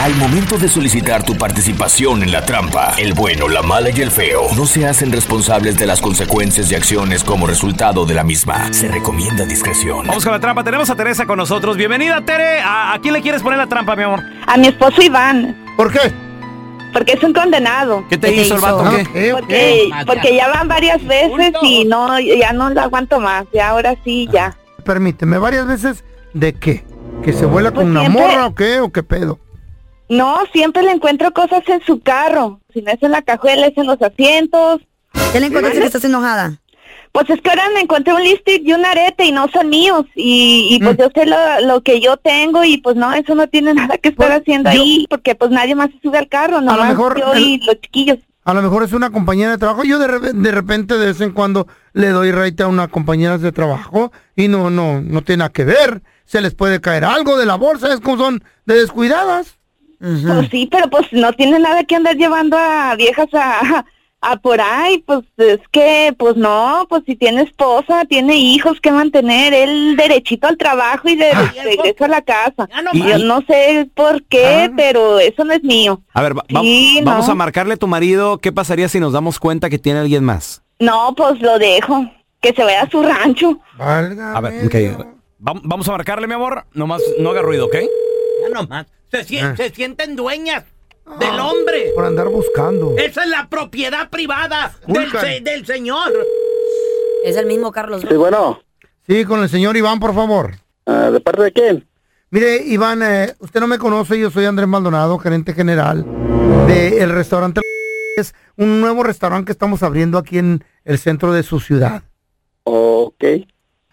Al momento de solicitar tu participación en la trampa, el bueno, la mala y el feo no se hacen responsables de las consecuencias y acciones como resultado de la misma. Se recomienda discreción. Vamos con la trampa. Tenemos a Teresa con nosotros. Bienvenida, Tere. ¿A, a quién le quieres poner la trampa, mi amor? A mi esposo Iván, ¿Por qué? porque es un condenado. ¿Qué te, hizo, el vato? Ah, ¿Qué? Porque, porque ya van varias veces y no, ya no lo aguanto más. Ya ahora sí, ya. Permíteme, varias veces, ¿de qué? ¿Que se vuela Pues con una siempre- morra o qué? ¿O qué pedo? No, siempre le encuentro cosas en su carro. Si no es en la cajuela, es en los asientos. ¿Qué le encontraste que estás enojada? Pues es que ahora me encontré un lipstick y un arete y no son míos. Y, y pues Mm. yo sé lo, lo que yo tengo y pues no, eso no tiene nada que estar haciendo ahí porque pues nadie más se sube al carro, nomás mejor yo y el- los chiquillos. A lo mejor es una compañera de trabajo. Yo de, re- de repente, de vez en cuando, le doy raite a una compañera de trabajo y no, no, no tiene nada que ver. Se les puede caer algo de la bolsa, es como son de descuidadas. Mm. Pues sí, pero pues no tiene nada que andar llevando a viejas a, a por ahí, pues es que, pues no, pues si tiene esposa, tiene hijos que mantener, él derechito al trabajo y de Ah. regreso a la casa. Yo no sé por qué, pero eso no es mío. Ah. A ver, va- va- Sí, vamos no. a marcarle a tu marido. ¿Qué pasaría si nos damos cuenta que tiene alguien más? No, pues lo dejo, que se vaya a su rancho. Valga. A ver, ok. Va- Vamos a marcarle, mi amor. Nomás no haga ruido, ¿ok? Ah. Ya nomás. Se, sien- Eh. se sienten dueñas del hombre. Por andar buscando. Esa es la propiedad privada del, Vulcan. se- del señor. Es el mismo Carlos. Sí, bueno, Sí, con el señor Iván, por favor. ah, ¿de parte de quién? Mire, Iván, eh, usted no me conoce, yo soy Andrés Maldonado, gerente general del restaurante. Es un nuevo restaurante que estamos abriendo aquí en el centro de su ciudad. Ok.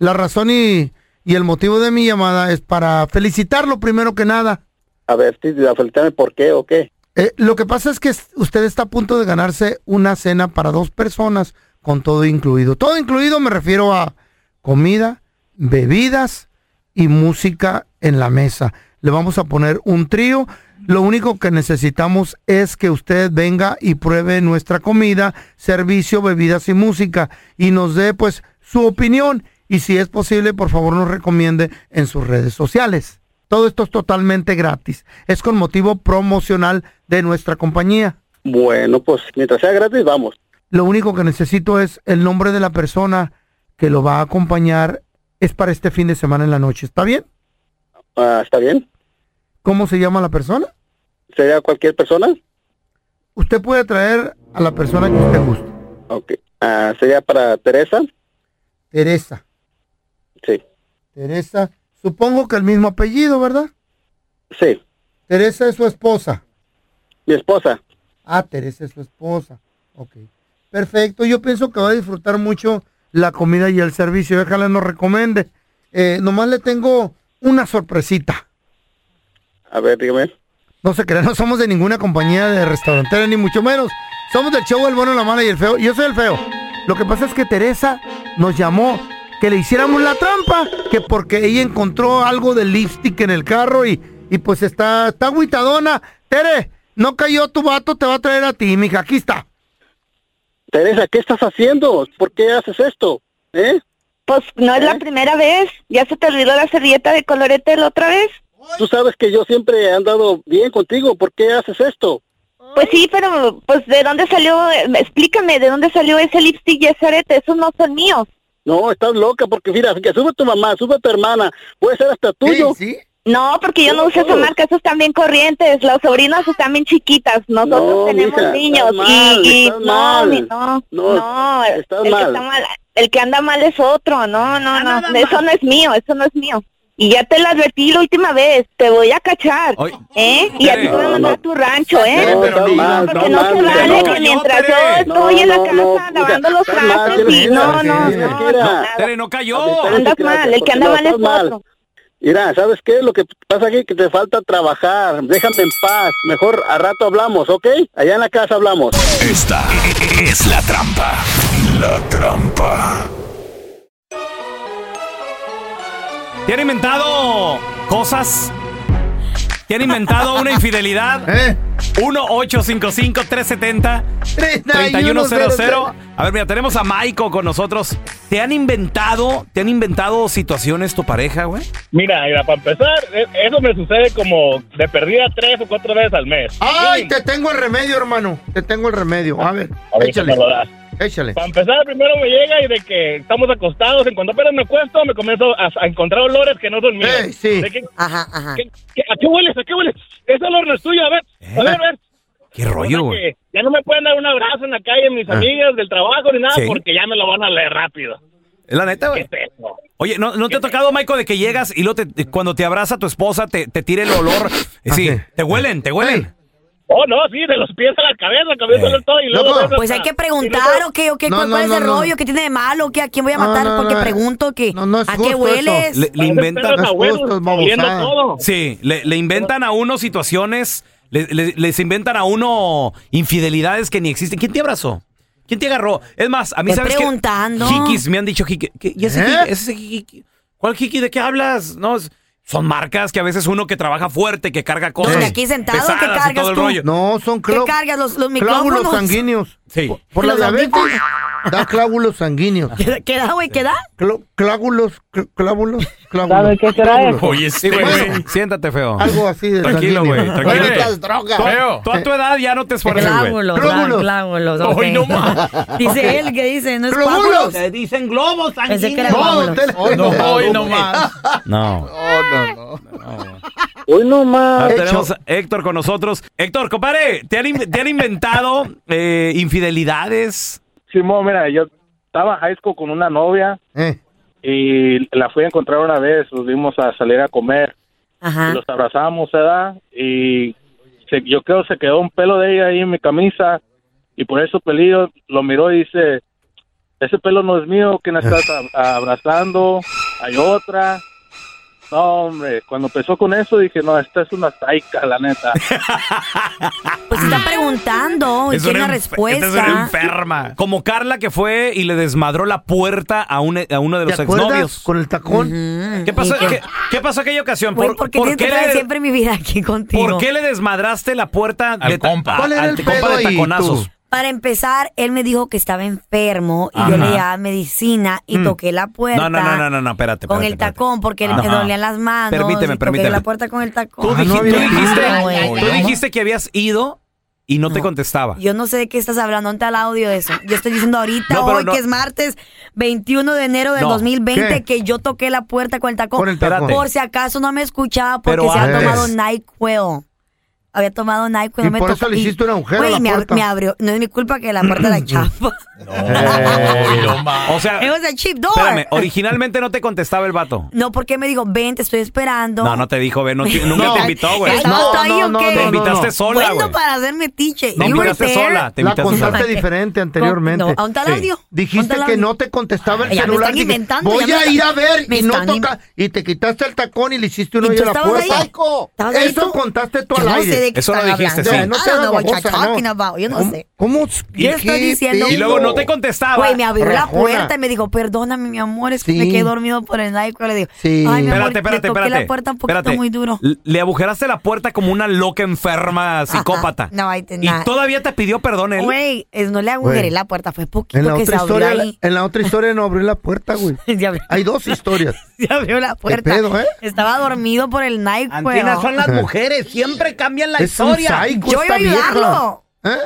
La razón y, y el motivo de mi llamada es para felicitarlo primero que nada. A ver, sí, afectame por qué o qué. Eh, lo que pasa es que es- usted está a punto de ganarse una cena para dos personas con todo incluido. Todo incluido me refiero a comida, bebidas y música en la mesa. Le vamos a poner un trío. Lo único que necesitamos es que usted venga y pruebe nuestra comida, servicio, bebidas y música y nos dé pues su opinión y si es posible por favor nos recomiende en sus redes sociales. Todo esto es totalmente gratis. Es con motivo promocional de nuestra compañía. Bueno, pues mientras sea gratis, vamos. Lo único que necesito es el nombre de la persona que lo va a acompañar. Es para este fin de semana en la noche. ¿Está bien? Ah, ¿Está bien? ¿Cómo se llama la persona? ¿Sería cualquier persona? Usted puede traer a la persona que usted guste. Ok. Ah, ¿Sería para Teresa? Teresa. Sí. Teresa. Supongo que el mismo apellido, ¿verdad? Sí. Teresa es su esposa. Mi esposa. Ah, Teresa es su esposa. Ok. Perfecto. Yo pienso que va a disfrutar mucho la comida y el servicio. Déjala nos recomiende. Eh, nomás le tengo una sorpresita. A ver, dígame. No se crean, no somos de ninguna compañía de restaurantera, ni mucho menos. Somos del show El Bueno, la Mala y el Feo. Yo soy el Feo. Lo que pasa es que Teresa nos llamó que le hiciéramos la trampa, que porque ella encontró algo de lipstick en el carro y, y pues está, está agüitadona. Tere, no cayó tu vato, te va a traer a ti, mija. Aquí está. Teresa, ¿qué estás haciendo? ¿Por qué haces esto? ¿Eh? Pues no es la primera vez. ¿Ya se te olvidó la servilleta de colorete la otra vez? Tú sabes que yo siempre he andado bien contigo. ¿Por qué haces esto? Pues sí, pero pues ¿de dónde salió? Eh, Explícame, ¿de dónde salió ese lipstick y ese arete? Esos no son míos. No, estás loca porque mira, que sube tu mamá, sube tu hermana. Puede ser hasta tuyo. No, porque yo no uso Oh. esa marca, esos están bien corrientes. Las sobrinas están bien chiquitas. Nosotros No, tenemos mija, niños. estás mal, y, y- estás no, mal. mi- no, No, no, estás el mal. Que está mal. El que anda mal es otro. No, no, Ah, no. Eso no es mío, eso no es mío. Y ya te lo advertí la última vez. Te voy a cachar. ¿Eh? Y a ti te voy a mandar a tu rancho, ¿eh? No, estás mal, porque estás no mal, se mija, vale no. que mientras yo estoy No, en la no, casa no, lavando los estás mal, trastos tienes y no, que- no, tienes no. que ir a- Tere, no cayó. Andas mal, el que anda mal es otro. Mira, ¿sabes qué? Lo que pasa aquí es que te falta trabajar. Déjame en paz. Mejor a rato hablamos, ¿ok? Allá en la casa hablamos. Esta es la trampa. La trampa. ¿Te han inventado cosas? ¿Te han inventado una infidelidad? ¿Eh? 1-855-370-3100. A ver, mira, tenemos a Maiko con nosotros. ¿Te han inventado, te han inventado situaciones tu pareja, güey? Mira, mira, para empezar, e- eso me sucede como de perdida tres o cuatro veces al mes. Ay, te tengo el remedio, hermano. Te tengo el remedio. A ver, ver, échale. ¿qué me lo das? Échale. Para empezar, primero me llega y de que estamos acostados, en cuanto apenas me acuesto, me comienzo a, a encontrar olores que no son míos. De que- Ajá, ajá. que- que- ¿A qué hueles? ¿A qué hueles? Ese olor no es tuyo, a ver, a ver, a ver. ¿Qué rollo, O sea Eh, güey? que Ya no me pueden dar un abrazo en la calle mis Ah. amigas del trabajo ni nada Sí. porque ya me lo van a leer rápido. Es la neta, güey. ¿Qué es eso? Oye, ¿no, no te ha tocado, Maiko, de que llegas y luego te- cuando te abraza tu esposa te, te tira el olor? Eh, Sí, te huelen, te huelen. Eh, Oh, no, sí, de los pies a la cabeza, comienza a oler todo y luego... luego Pues hay hasta- que preguntar, ¿o qué? ¿O qué? No, ¿Cuál, no, cuál es no, el no. rollo? ¿Qué tiene de malo? ¿Qué? ¿A quién voy a matar? no, porque no, pregunto que... ¿A justo qué eso. hueles? Le, le inventan oliendo todo. Sí, le, le inventan a uno situaciones, le- le- les inventan a uno infidelidades que ni existen. ¿Quién te abrazó? ¿Quién te agarró? Es más, a mí Estoy sabes que preguntando. Jikis me han dicho jiki. ¿Qué- ¿Y ese ¿Eh? jiki? ese jiki- ¿Cuál jiki? ¿De qué hablas? No, es- son marcas que a veces uno que trabaja fuerte, que carga cosas. Los de aquí sentados que pesadas y cargas todo el tú. rollo. No, son ¿Qué clo- cargas? ¿Los, los clábulos micrófonos? sanguíneos. Sí. Por la Los diabetes audículos. da clábulos sanguíneos. ¿Qué da, güey? ¿Qué da? Clo- clábulos, cl- clábulos, clábulos. ¿Sabe qué será clábulos. Oye, sí, güey. Bueno, güey. Siéntate, feo. Algo así de Tranquilo, sanguíneo. güey. Tranquilo. Oye, Tú- Feo. Tú a tu edad ya no te esfuerzas, güey. Glábulos, Glábulos. glábulos, ok. Ay, no más. Dice él que dice, no es Glóbulos. pábulos. Te dicen globos Pensé que era sanguíneos. glóbulos. Hoy no, hoy no más. No. Hoy no Ah, más. tenemos a Héctor con nosotros. Héctor, compadre, ¿te han, in- te han inventado eh, infidelidades? Simón, mira, yo estaba en high school con una novia Eh, y la fui a encontrar una vez, nos vimos a salir a comer, Ajá. y los abrazamos, ¿verdad? Y se- yo creo se quedó un pelo de ella ahí en mi camisa y por eso pelillo lo miró y dice, ese pelo no es mío, ¿quién estás a- a- abrazando? Hay otra. No, hombre, cuando empezó con eso dije, no, esta es una taica, la neta. Pues está Ah. preguntando y tiene una respuesta. enferma. Como Carla que fue y le desmadró la puerta a, un- a uno de los ¿Te acuerdas? exnovios. Con el tacón. ¿Qué pasó, ¿Y qué? qué- qué pasó aquella ocasión? Güey, ¿Por, ¿por qué por tienes que qué traer le, siempre mi vida aquí contigo? por qué le desmadraste la puerta de ta- a- ¿Cuál era al el compa pedo de ahí, taconazos? Para empezar, él me dijo que estaba enfermo y Ajá. yo le daba medicina y Mm. toqué la puerta. No, no, no, no, no, no, espérate. Con espérate, el tacón, porque Ajá. me dolían las manos. Permíteme, y permíteme. Toqué la puerta con el tacón. Tú, dijiste- tú dijiste, Ay, güey. tú dijiste que habías ido y no, te contestaba. Yo no sé de qué estás hablando, ¿dónde está el audio de eso? Yo estoy diciendo ahorita, No, pero hoy no- que es martes 21 de enero del No. 2020, ¿Qué? que yo toqué la puerta con el tacón. Con el tacón. Por si acaso no me escuchaba porque Pero se había antes. tomado NyQuil. Había tomado NyQuil. Y no me por tocó- eso le y- hiciste un agujero a Güey, la me ab- puerta. me abrió. No es mi culpa que la puerta la chapa. Eh, o sea, It was a cheap door. espérame, originalmente no te contestaba el vato. No, porque me dijo, ven, te estoy esperando. No, no, te dijo, ve, no te- nunca te invitó, güey. ¿Estabas tú ahí o qué? Te invitaste sola, güey. Bueno, para hacerme tiche. No, You were invitaste there. sola, te La invitaste contaste sola. diferente anteriormente. No, ¿a dónde está el audio? ¿Dónde Dijiste está el que audio? no te contestaba el Ya me celular. están Dije, inventando, voy ya me a están- ir a ver me y no están toca. Y te quitaste el tacón y le hiciste un ¿Y tú hoyo a la estabas puerta. ahí? ¿Estabas ahí Eso tú? contaste tú Yo al no aire. Este, sé de de qué Ah, Eso lo están dijiste, hablando. sí. I No don't know what you're talking about. Yo no sé. ¿Cómo? Yo estoy diciendo. Y luego no te contestaba. Ah, Güey, me abrió la Rajona. puerta y me dijo, perdóname, mi amor, es que Sí. me quedé dormido por el night. Le digo, Sí. ay, mi amor, espérate, espérate, le toqué espérate. la puerta un poquito espérate. muy duro. L- Le agujeraste la puerta como una loca enferma psicópata. No, ahí te Y nada. todavía te pidió perdón él. Güey, es- no le agujeré Güey. la puerta, fue poquito En la que se otra abrió historia, ahí. en la otra historia no abrió la puerta, güey. Hay dos historias. Se abrió la puerta. pedo, eh? Estaba dormido por el night. Antinas son las mujeres, siempre cambian la Es un historia. psycho Yo iba a esta vieja. ¿Eh? ayudarlo.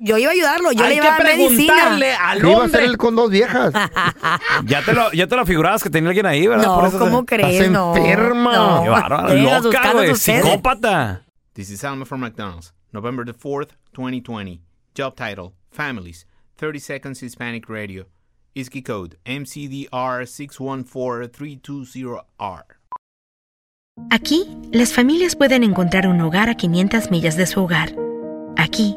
Yo iba a ayudarlo, yo le Hay iba que a dar medicina. preguntarle al Que Iba a ser él con dos viejas. Ya te lo, ya te lo figurabas que tenía alguien ahí, ¿verdad? No, ¿cómo crees? Estás No. enferma. No. Qué bárbara, Ustedes, sus loca, caras, güey, ustedes. psicópata. This is Alma from McDonald's, November the 4th, 2020. Job title Families, 30 Seconds Hispanic Radio. ISKI code MCDR614320R. Aquí, las familias pueden encontrar un hogar a 500 millas de su hogar. Aquí,